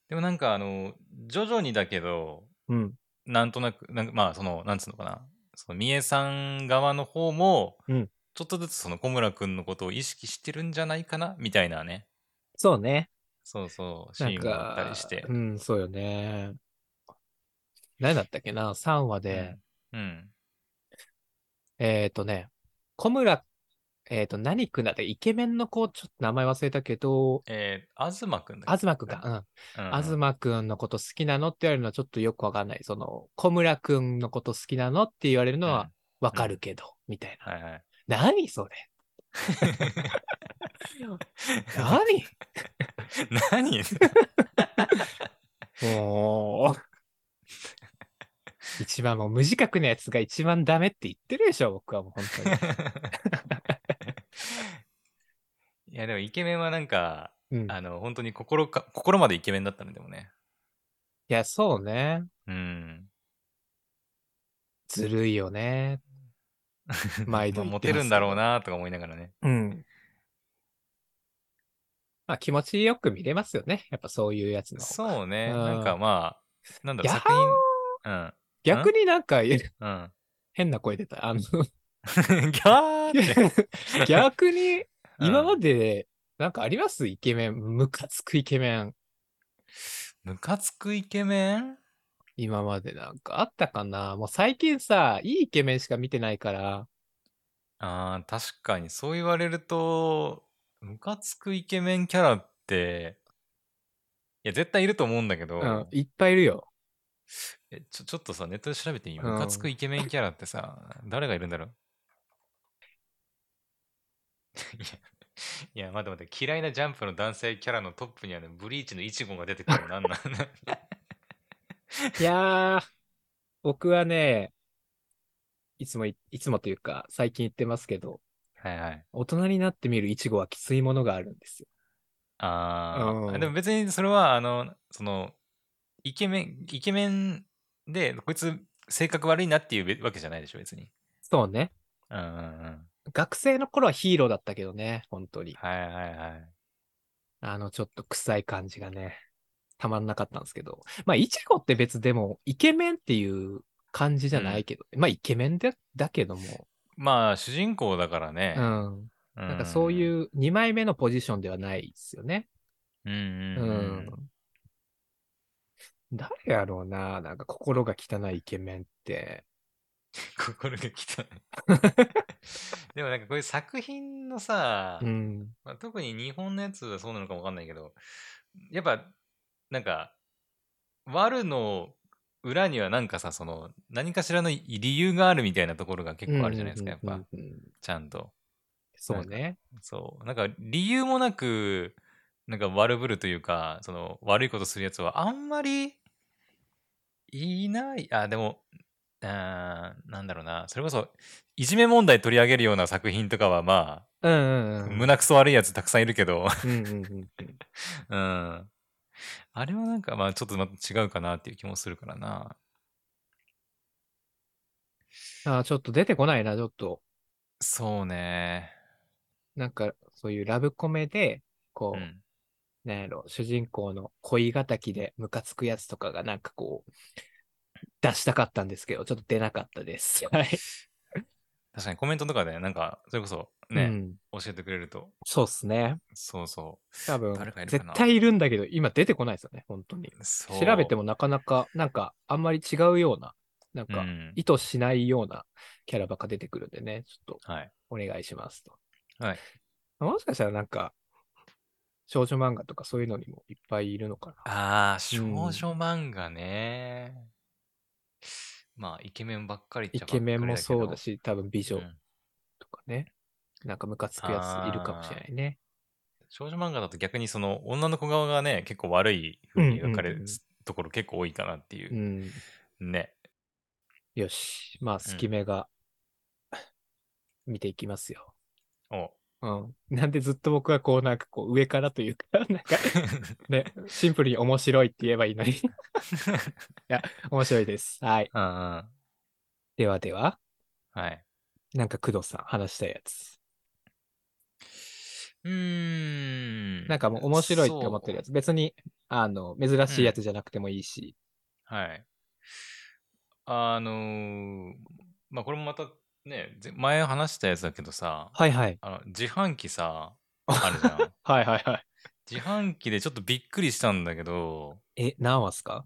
B: でもなんか、あの、徐々にだけど、
A: うん。
B: なんとなく、なんかまあ、その、なんつうのかな。その、三重さん側の方も、
A: うん
B: ちょっとずつその小村くんのことを意識してるんじゃないかなみたいなね。
A: そうね。
B: そうそう、シ
A: なん
B: ーンがあ
A: か、
B: ったりして。
A: うん、そうよね。何だったっけな、3話で、
B: うん。うん。
A: えっ、とね、小村、えっ、と、何くんだって、イケメンの子、ちょっと名前忘れたけど、
B: えー、東くんだっけ
A: 東くんか、
B: うん
A: う
B: うん
A: ん。東くんのこと好きなのって言われるのはちょっとよくわかんない。その、小村くんのこと好きなのって言われるのはわかるけど、みたいな。
B: はいはい。
A: 何 それ 何
B: 何
A: もう、一番もう無自覚なやつが一番ダメって言ってるでしょ、僕はもう本当に。
B: いやでもイケメンはなんか、
A: うん、い
B: あの本当に心か心までイケメンだったねでもね
A: や、そうね。
B: うん
A: ずるいよね。毎度言
B: まあ
A: っ
B: モ
A: てますけど
B: テるんだろうなとか思いながらね
A: うん。まあ気持ちよく見れますよね。やっぱそういうやつの。
B: そうね
A: うん
B: なんかまあなんだろう
A: やっ
B: 作品
A: 逆になんか
B: うんうん
A: 変な声出た。 あの、
B: ギャーって
A: 逆に
B: うん
A: 今までなんかありますイケメン。ムカつくイケメン。
B: ムカつくイケメン
A: 今までなんかあったかなもう最近さ、いいイケメンしか見てないから、
B: あー確かにそう言われるとムカつくイケメンキャラっていや絶対いると思うんだけど、
A: うん、いっぱいいるよ。
B: えちょちょっとさネットで調べてみ
A: うん
B: ムカつくイケメンキャラってさ、誰がいるんだろう いやいや待って待って嫌いなジャンプの男性キャラのトップにはねブリーチのイチゴが出てくるのなんなん
A: いやー、僕はね、いつもい、いつもというか最近言ってますけど、
B: はいはい
A: 大人になってみるイチゴはきついものがあるんですよ。
B: あー、
A: うん
B: でも別にそれはあのそのイケメンイケメンでこいつ性格悪いなっていうべわけじゃないでしょ別に
A: そうね。
B: うんうんうん。
A: 学生の頃はヒーローだったけどね、本当に。
B: はいはいはい。
A: あの、ちょっと臭い感じがね、たまんなかったんですけど。まあ、イチゴって別でも、イケメンっていう感じじゃないけど、まあ、イケメンでだけども、
B: まあ、主人公だからね
A: う。ん。
B: う。
A: なんかそういうう2枚目のポジションではないですよね。
B: うん
A: う。
B: うんんうん。
A: 誰やろうな、なんか心が汚いイケメンって。
B: 心が汚い。 でもなんかこういう作品のさ、
A: うん。
B: まあ、特に日本のやつはそうなのかもわかんないけど、やっぱ、なんか、悪の裏にはなんかさ、その、何かしらの理由があるみたいなところが結構あるじゃないですか、やっ
A: う
B: ぱ
A: ん、うんうんうん
B: ちゃんと。
A: そうね。
B: そう。なんか、理由もなく、なんか悪ぶるというか、その、悪いことするやつはあんまり、いない。あ、でも、あーなんだろうな。それこそ、いじめ問題取り上げるような作品とかは、ま
A: うんうん
B: あ、
A: うん。
B: 胸くそ悪いやつたくさんいるけど、
A: う んうんうんうん
B: うん。あれはなんか、まあ、ちょっとまた違うかなっていう気もするからな。
A: あーちょっと出てこないな、ちょっと。
B: そうね。
A: なんか、そういうラブコメで、こ
B: う
A: う、
B: ん。
A: なんやろ、主人公の恋敵でムカつくやつとかがなんかこう、出したかったんですけど、ちょっと出なかった です。はい。
B: 確かにコメントとかで、なんか、それこそ、ね、
A: ん、
B: 教えてくれると、
A: そうっすね。
B: そうそ
A: 多分
B: 誰かい、るか
A: 絶
B: な
A: 対いるんだけど、今出てこないですよね、本当に。
B: う。そう
A: 調べてもなかなか、なんか、あんまり違うような、なん
B: う
A: か、
B: ん
A: 意図しないようなキャラばっか出てくるんでね、ちょっと
B: はい。
A: お願いしますと。
B: はい。
A: もしかしたらなんか、少女漫画とかそういうのにもいっぱいいるのかな。
B: ああ、少
A: うん
B: 女漫画ね。まあ、イケメンばっかりっち
A: イ
B: ゃばっか
A: ケ
B: りだ
A: メ
B: け
A: ン
B: ど
A: もそうだ、し、多分美
B: う
A: 女
B: ん
A: とかね。なんかムカつくやついるかもしれないね。
B: 少女漫画だと逆にその女の子側がね、結構悪い風に描かれ
A: うんうん
B: る
A: うん
B: ところ結構多いかなっていうう。
A: ん。
B: ね。
A: よし。まあ、好き目が、見ていきますよ。
B: お
A: うん。なんでずっと僕はこう、なんかこう、上からというか、なんかね、シンプルに面白いって言えばいいのに。いや、面白いです。はい。
B: うんうん
A: ではでは、
B: はい。
A: なんか工藤さん話したいやつ。
B: うーん。
A: なんかもう面白いって思ってるや
B: つ。
A: つ。別に、あの、珍しいやつじゃなくてもいいし。
B: はい。あのーまあこれもまたね、ぜ前話したやつだけどさ、
A: はいはい。
B: あの自販機さ、ある じゃん。
A: はいはいはい。
B: 自販機でちょっとびっくりしたんだけど、
A: え、何話っすか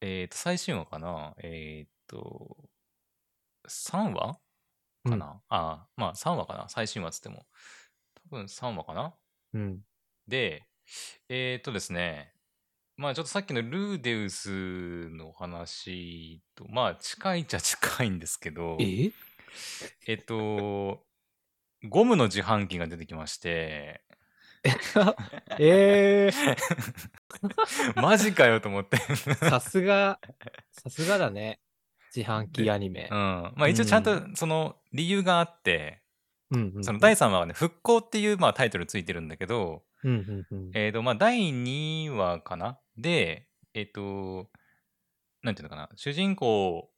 B: えっ、と、最新話かなえっ、と、3話かな、あまあ3話かな最新話っつっても。多分3話かな
A: うん。
B: で、えっ、とですね、まあちょっとさっきのルーデウスの話と、まあ近いっちゃ近いんですけど、
A: え
B: えっと、ゴムの自販機が出てきまして、
A: え
B: マジかよと 思って。
A: ー、 さすが、さすがだね。自販機アニメ
B: うん。。まあ一応ちゃんとその理由があって、
A: うんうんうん
B: その第3話はね、復興っていうまあタイトルついてるんだけど、
A: うんうんうん
B: えっ、と、まあ、第2話かなで、えっ、と、なんていうのかな、主人公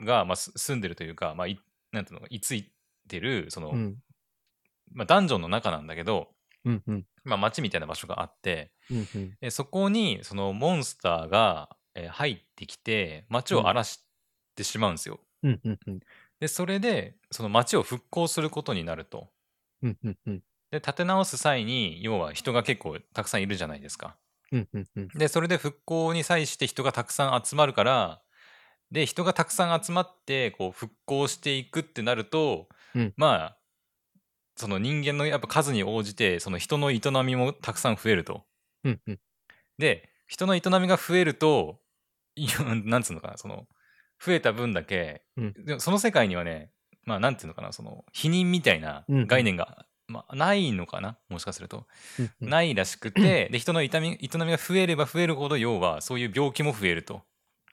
B: が、まあ、す住んでるというか、まあ、いなんていうのか、居ついてる、その、
A: うん
B: まあ、ダンジョンの中なんだけど、
A: うんうん
B: まあ、町みたいな場所があって、
A: うんうん
B: えそこに、その、モンスターが、えー入ってきて、町を荒らしてしまうんですよ。
A: うんうんうん
B: で、それで、その町を復興することになると。
A: うんうんうん
B: で、立て直す際に、要は人が結構たくさんいるじゃないですか。
A: うんうんうん
B: で、それで復興に際して人がたくさん集まるから、で、人がたくさん集まって、こう、復興していくってなると、
A: うん
B: まあ、その人間のやっぱ数に応じて、その人の営みもたくさん増えると。
A: うんうん
B: で、人の営みが増えると、いやなんつうのかな、その、増えた分だけ、
A: うん
B: でもその世界にはね、まあ、なんていうのかな、その、否認みたいな
A: うん
B: 概念が、まあ、ないのかな、もしかすると。
A: うん
B: ないらしくて、で人の痛み営みが増えれば増えるほど要はそういう病気も増えると。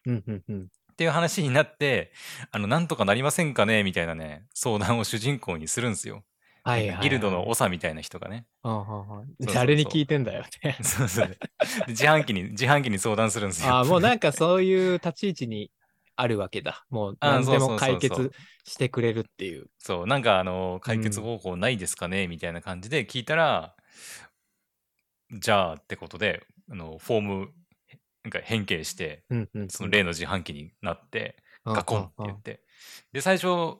A: うんうんうん
B: っていう話になってあのなんとかなりませんかねみたいなね相談を主人公にするんですよ。
A: はいはいはい
B: ギルドの長みたいな人がね。
A: うんうんうん
B: そうそう
A: 誰に聞いてんだよ ね
B: そうそうで自販機に自販機に相談するんですよ。
A: ああもうなんかそういう立ち位置にあるわけだ。もう
B: あ
A: 何で
B: そ
A: も
B: うそうそ
A: 解
B: うそう
A: 決してくれるっていう。
B: そう、なんかあの、解決方法ないですかね、みたいな感じで聞いたら、じゃあってことで、あの、フォーム、なんか変形して、
A: うんうんうん
B: その例の自販機になって、
A: うん
B: ガコンって
A: うんう
B: 言
A: ん
B: って。で、最初、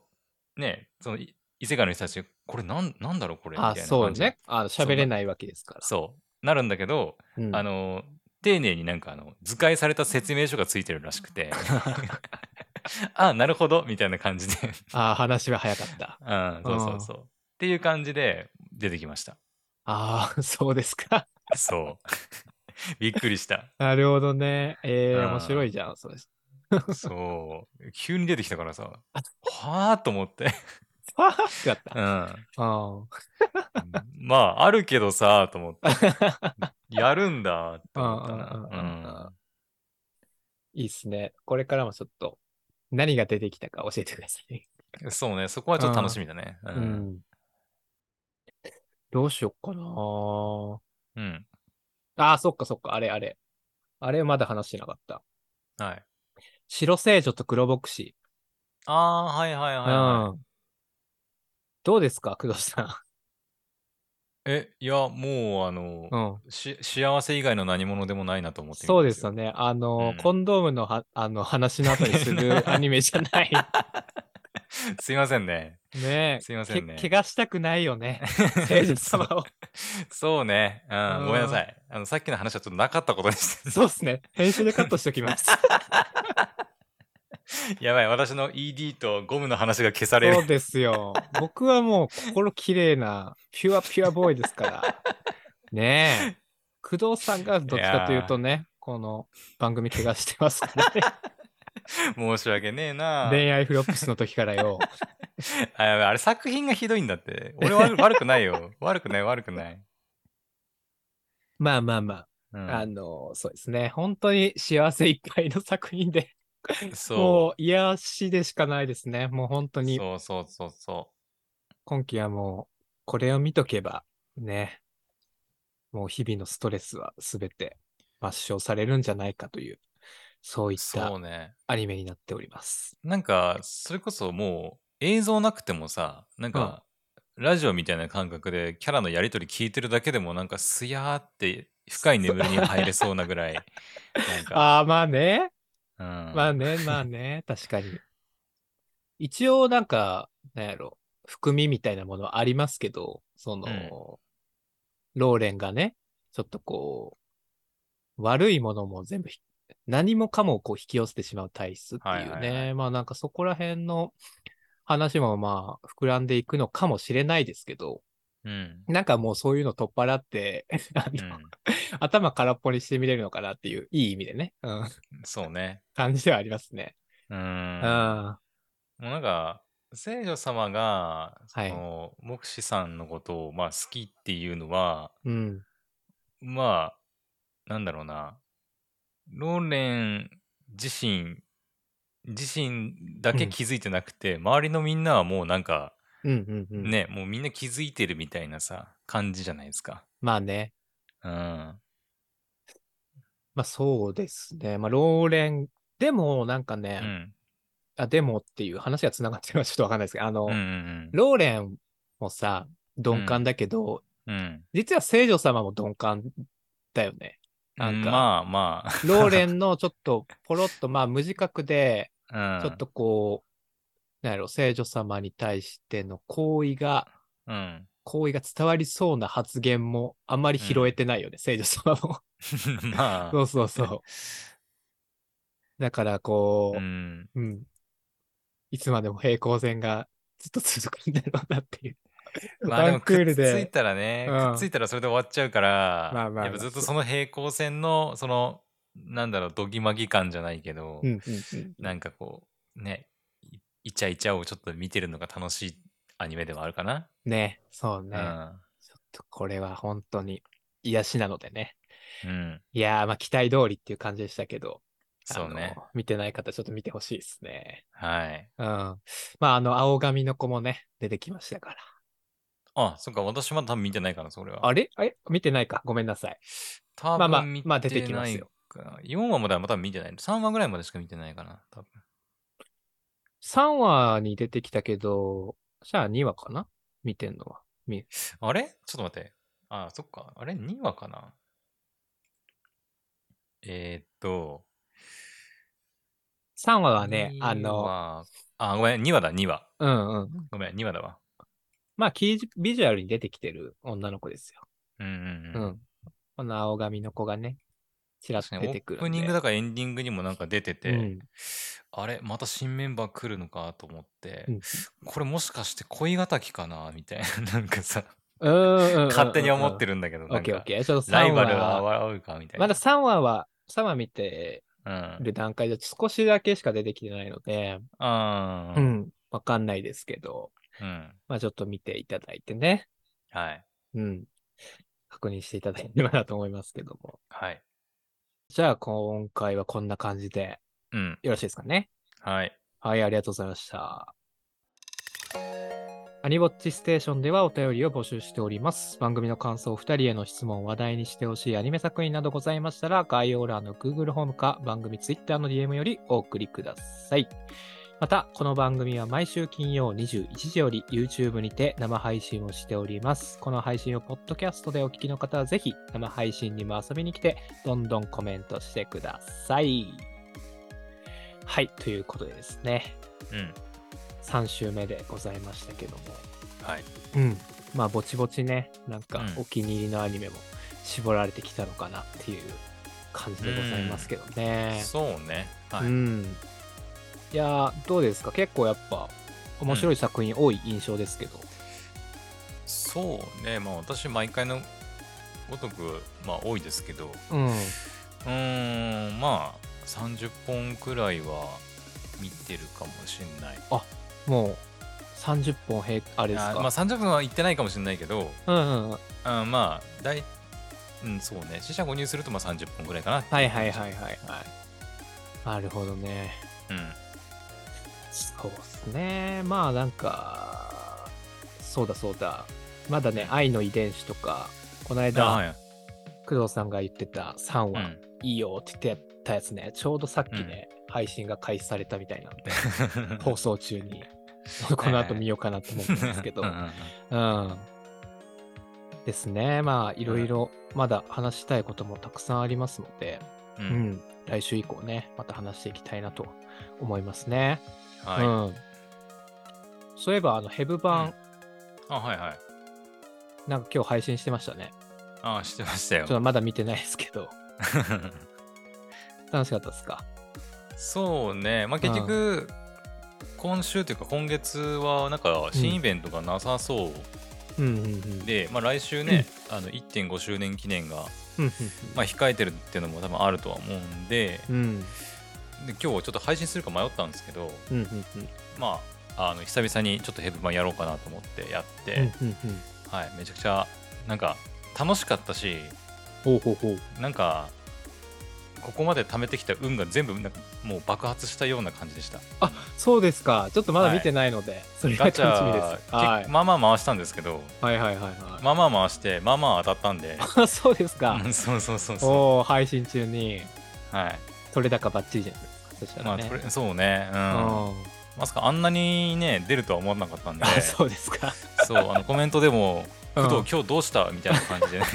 B: ね、その、い異世界の人たち、これなん、なんだろう、これ、みたい
A: あ、
B: な感じ
A: そうね。あの
B: そんな
A: 喋れないわけですから。
B: そう、なるんだけど、
A: うん
B: あの、丁寧になんかあの、図解された説明書がついてるらし くて、あ、なるほど、みたいな感じで、
A: あー話は早かった。
B: うん、そうそうそう。っていう感じで出てきました。
A: ああ、そうですか。
B: そう。 びっくりした。
A: なるほどね。えー
B: うん
A: 面白いじゃん、それ。
B: そう。急に出てきたからさ、はあと思って。
A: あーよかった。
B: うん。
A: あ
B: まあ、あるけどさ、と思って。やるんだ、って
A: あ、
B: 思っ
A: あ
B: た
A: あ、あ
B: な
A: あ。。いいっすね。これからもちょっと、何が出てきたか教えてください。
B: うん。そうね、そこはちょっと楽しみだね。う。
A: うんん。どうしよっかな。
B: うん。
A: ああ、そっかそっか、あれあれ。あれまだ話してなかった。
B: はい。
A: 白聖女と黒牧師。
B: ああ、はいはいはいはい。
A: うん。どうですか、工藤さ
B: え、いや、もう、あの
A: ん。、うん。
B: し幸せ以外の何物でもないなと思って
A: そうですよ
B: ね。
A: ね。あの、
B: うん
A: コンドームのはあの話の後にするアニメじゃ ない。
B: すいませんね。
A: ねえ。
B: すいませんね
A: け怪我したくないよ ね。聖女様を。
B: そうね、う
A: うん
B: ん、ごめんなさい。あの、さっきの話はちょっとなかったことにして
A: そうですね。編集でカットしておきます。
B: やばい、私の ED とゴムの話が消され
A: そう
B: る。
A: ですよ。僕はもう心きれいな、ピュアピュアボーイですから。ねえ。工藤さんがどっちかというとね、この番組怪我してますから ね。
B: 申し訳ねえなあ
A: 恋愛フロップスの時からよ。
B: あやばいあれ作品がひどいんだって。俺悪悪くないよ。悪くない、悪くない。
A: まあまあまあ、
B: うん
A: あの、そうですね。本当に幸せいっぱいの作品で、
B: そ
A: もう癒しでしかないですね。もう本当
B: う。
A: に、
B: そうそうそうそ。
A: 今期はもう、これを見とけば、ね、もう日々のストレスはすべて抹消されるんじゃないかという、そういうっ
B: そ
A: た
B: うね。
A: アニメになっております。
B: なんか、それこそもう映像なくてもさ、なんか、ラジオみたいな感覚でキャラのやりとり聞いてるだけでもなんかすやーって深い眠りに入れそうなぐ らい。なんか、
A: ああ、まあね。
B: うん、
A: まあね、まあね。 確かに。一応、なんか、なんやろ、含みみたいなものはありますけど、その、
B: うん
A: ローレンがね、ちょっとこう、悪いものも全部ひ、何もかもこう引き寄せてしまう体質っていうね。
B: はいはいは
A: まあなんかそこら辺の話もまあ膨らんでいくのかもしれないですけど、
B: うん。
A: なんかもうそういうの取っ払って、あ
B: う
A: の
B: ん。
A: 頭空っぽにしてみれるのかなっていう、いい意味でね、うん、
B: そうね。
A: 感じではありますね。
B: う
A: うん。
B: ん。
A: あ
B: もうなんか聖女様がそ
A: はい
B: の、牧師さんのことを、まあ、好きっていうのは
A: うん。
B: まあなんだろうなローレン自身自身だけ気づいてなくて、周りのみんなはもうなんか
A: うんうんうん。。
B: ねもうみんな気づいてるみたいなさ感じじゃないですか。
A: まあね。
B: うん、
A: まあそうですね。まあローレン、でもなんかね
B: う、ん
A: あ、でもっていう話がつながってるのはちょっとわかんないですけど、あの、
B: うんうん
A: ローレンもさ、鈍感だけど、
B: うんうん
A: 実は聖女様も鈍感だよね。な
B: うんん
A: か、
B: まあま
A: ローレンのちょっとポロッと、まあ無自覚で、
B: あ、うん、
A: ちょっとこう、なんやろ、聖女様に対しての好意が、
B: うん、
A: 好意が伝わりそうな発言もあんまり拾えてないよね、聖女様も。
B: ま
A: そ
B: あ
A: うそうそう。だから、こう、
B: うん
A: うん。いつまでも平行線がずっと続くんだろうなっていう。
B: まあで
A: ワ
B: も
A: ンクール
B: くっつい
A: で。
B: たらね、
A: うん
B: くっついたらそれで終わっちゃうから、
A: まあまあ
B: やっぱずっとその平行線のそのなんだろうどぎまぎ感じゃないけど、
A: うんうんうん。
B: なんかこうねいイチャイチャをちょっと見てるのが楽しいアニメではあるかな。
A: ね、そうね。ちょっとこれは本当に癒しなのでね。
B: うん、うん、
A: いやー、まあ期待通りっていう感じでしたけど、あ
B: そうね。
A: の。見てない方、ちょっと見てほしいですね。
B: はい。
A: うん。まあ、あの、青髪の子もね、出てきましたから。
B: あ、そっか、私まだ多分見てないから、それは。
A: あれあれ見てないか。ごめんなさい。
B: 多
A: まあまあ
B: 分見てない
A: まあ出てきますよ
B: かな。4話まではまだ見てない。3話ぐらいまでしか見てないかな、多分。
A: 3話に出てきたけど、シャア2話かな見てんのは。
B: あれちょっと待って。あそっか。あれ ?2 話かなえー、っと。
A: 3話はね、あ
B: 二
A: の、
B: 話あ、ごめん、2話だ、2話。
A: うんうん。
B: ごめん、2話だわ。
A: まあ、キージビジュアルに出てきてる女の子ですよ。
B: うんうんう。
A: うんん。この青髪の子がね、ちらっと
B: 確か
A: 出
B: にオ
A: てく
B: ー
A: るんで。
B: プニングだからエンディングにもなんか出てて、
A: うん
B: あれまた新メンバー来るのかと思って、
A: うん
B: これもしかして恋敵かなみたいな、 なんかさ、
A: 勝
B: 勝手に思って
A: る。
B: るんだけど、
A: オ
B: な
A: ッ
B: ん
A: ケーオッ
B: か、
A: ケー。ちょっと
B: ラ
A: 3
B: イバル
A: 話は、
B: は現れるかみたいな。
A: まだ3話は、3話見て
B: うん。
A: る段階で少しだけしか出てきてないので、
B: あ
A: う
B: ー
A: ん、わかんないですけど、
B: うん。
A: まあちょっと見ていただいてね、
B: はい。
A: うん、確認していただければなと思いますけども。
B: はい。
A: じゃあ今回はこんな感じで
B: うん。
A: よろしいですかね。
B: はい。
A: はい、ありがとうございました。アニボッチステーションではお便りを募集しております。番組の感想、2人への質問、話題にしてほしいアニメ作品などございましたら、概要欄の Google ホームか番組 Twitter の DM よりお送りください。また、この番組は毎週金曜21時より YouTube にて生配信をしております。この配信をポッドキャストでお聞きの方はぜひ生配信にも遊びに来て、どんどんコメントしてください。はい、ということでですね。
B: うん。
A: 3週目でございましたけども、
B: はい。
A: うん、まあぼちぼちねなんか
B: うん
A: お気に入りのアニメも絞られてきたのかなっていう感じでございますけどね。
B: そうね。
A: う
B: はい。
A: ん、いやーどうですか結構やっぱ面白い作品多い印象ですけど。
B: そうね。まあ私、毎回のごとく、まあ多いですけど、
A: うん、
B: うーん、まあ、30本くらいは見てるかもしんない。
A: もう30本へあれです
B: あ
A: か。
B: まあ、30分は行ってないかもしんないけど、
A: うんうん、はい
B: あまあ、大、うん、そうね。四捨五入するとまあ30本くらいかな。
A: はいはいはいはい。なるほどね。
B: うん。
A: そうですね。まあなんか、そうだそうだ。まだね、愛の遺伝子とか、この間、
B: あはい。
A: 工藤さんが言ってた3
B: う
A: 話、
B: ん。
A: いいよって言ってたやつね、ちょうどさっきね、配信が開始されたみたいなんで、放送中に、この後見ようかなと思ったんですけど
B: うん、うんうん
A: うん。ですね。まあ、いろいろ、まだ話したいこともたくさんありますので、
B: う。
A: うんん、来週以降ね、また話していきたいなと思いますね。
B: はい。
A: うん、そういえばあのヘブ版、
B: あ、はいはい。
A: なんか今日配信してましたね
B: あ、してまし
A: ち
B: た
A: ょ
B: よ
A: っ。とまだ見てないですけ ど楽しかったですか
B: そうね、まあ、結局、今週というか今月はなんか新イベントがなさそ
A: うんうんうん
B: うで、まあ、来週ね、あの1.5周年記念が、
A: うん
B: まあ、控えてるっていうのも多分あるとは思うんで
A: うんうん
B: で今日ちょっと配信するか迷ったんですけど、
A: うんうんうん
B: まあ、あの久々にちょっとヘブ版やろうかなと思ってやって、
A: うんうんうん
B: はい、めちゃくちゃなんか楽しかったし
A: ほうほうほう
B: なんかここまで貯めてきた運が全部なんかもう爆発したような感じでした。
A: そうですかちょっとまだ見てないので、それが
B: ガ
A: 楽
B: チ
A: し
B: ャ、
A: みです、はい
B: け、まあまあ回したんですけど、
A: はいはいはいはい
B: まあまあ回して、まあまあ当たったんで、
A: あ そうですか、
B: うん そうそうそうそ
A: おお配信中に
B: う。はい。
A: 取れ高ばっちりじゃないですかそした
B: ま
A: ら
B: あ、
A: ね、
B: とりそうね、うん。
A: うん
B: まさかあんなにね、出るとは思わなかったんで、
A: あ そうですか
B: そう、あのコメントでも、
A: う
B: 工
A: ん
B: 藤、今日どうしたみたいな感 じでね。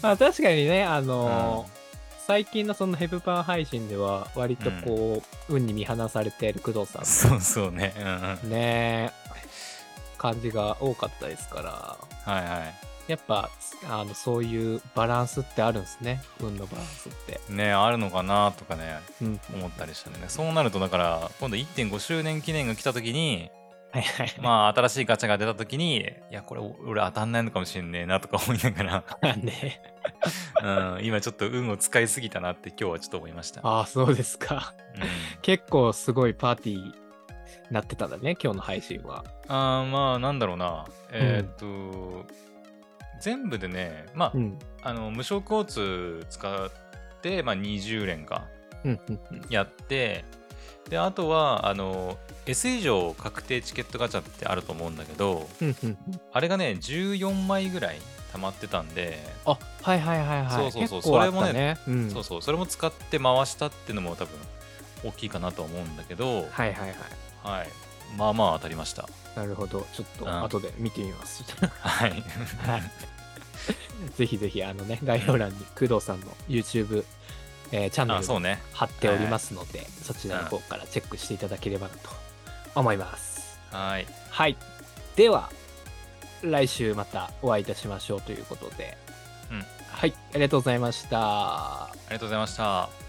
A: まあ確かにねあ
B: うん
A: のー最近のそのヘブパン配信では割とこう、運に見放されている工藤さん
B: そうそうね。うんうん。はい
A: のね感じが多かったですから
B: は
A: やっぱあのそういうバランスってあるんですね運のバランスって、
B: い。ね、あるのかなとかね、
A: うん、
B: 思ったりしたね。そうなると、だから、今度1.5周年記念が来た時に、
A: はいはい
B: まあ、新しいガチャが出た時に、いや、これ、俺当たんないのかもしんねえなとか思いながら。
A: まあ ね
B: うん、今ちょっと運を使いすぎたなって今日はちょっと思いました。
A: ああそうですか
B: うん、
A: 結構すごいパーティーなってたんだね今日の配信は
B: あーまあなんだろうなえーっと、全部でねまあ,、
A: うん
B: あの無償交通使って、まあ、20連か
A: うんうんうん
B: やってであとはあの S 以上確定チケットガチャってあると思うんだけど
A: うんうん
B: あれがね14枚ぐらい溜まってたんで、
A: あはいはいはいはい
B: そうそうそう
A: 結構あった
B: それも
A: ね、うん、
B: そうそうそれも使って回したっていうのも多分大きいかなとは思うんだけど、
A: はいはいはい
B: はい、まあまあ当たりました。
A: なるほどちょっ
B: う
A: と
B: ん
A: 後で見てみます、
B: はい。
A: はい、ぜひぜひあのね概要欄に工藤さんの YouTube、えーチャンネ
B: あ、
A: ル
B: そう
A: も
B: ね。
A: 貼っておりますので、そちらの方からチェックしていただければなと思います、
B: はい。
A: はいでは来週またお会いいたしましょうということで、
B: うん
A: はいありがとうございました
B: ありがとうございました。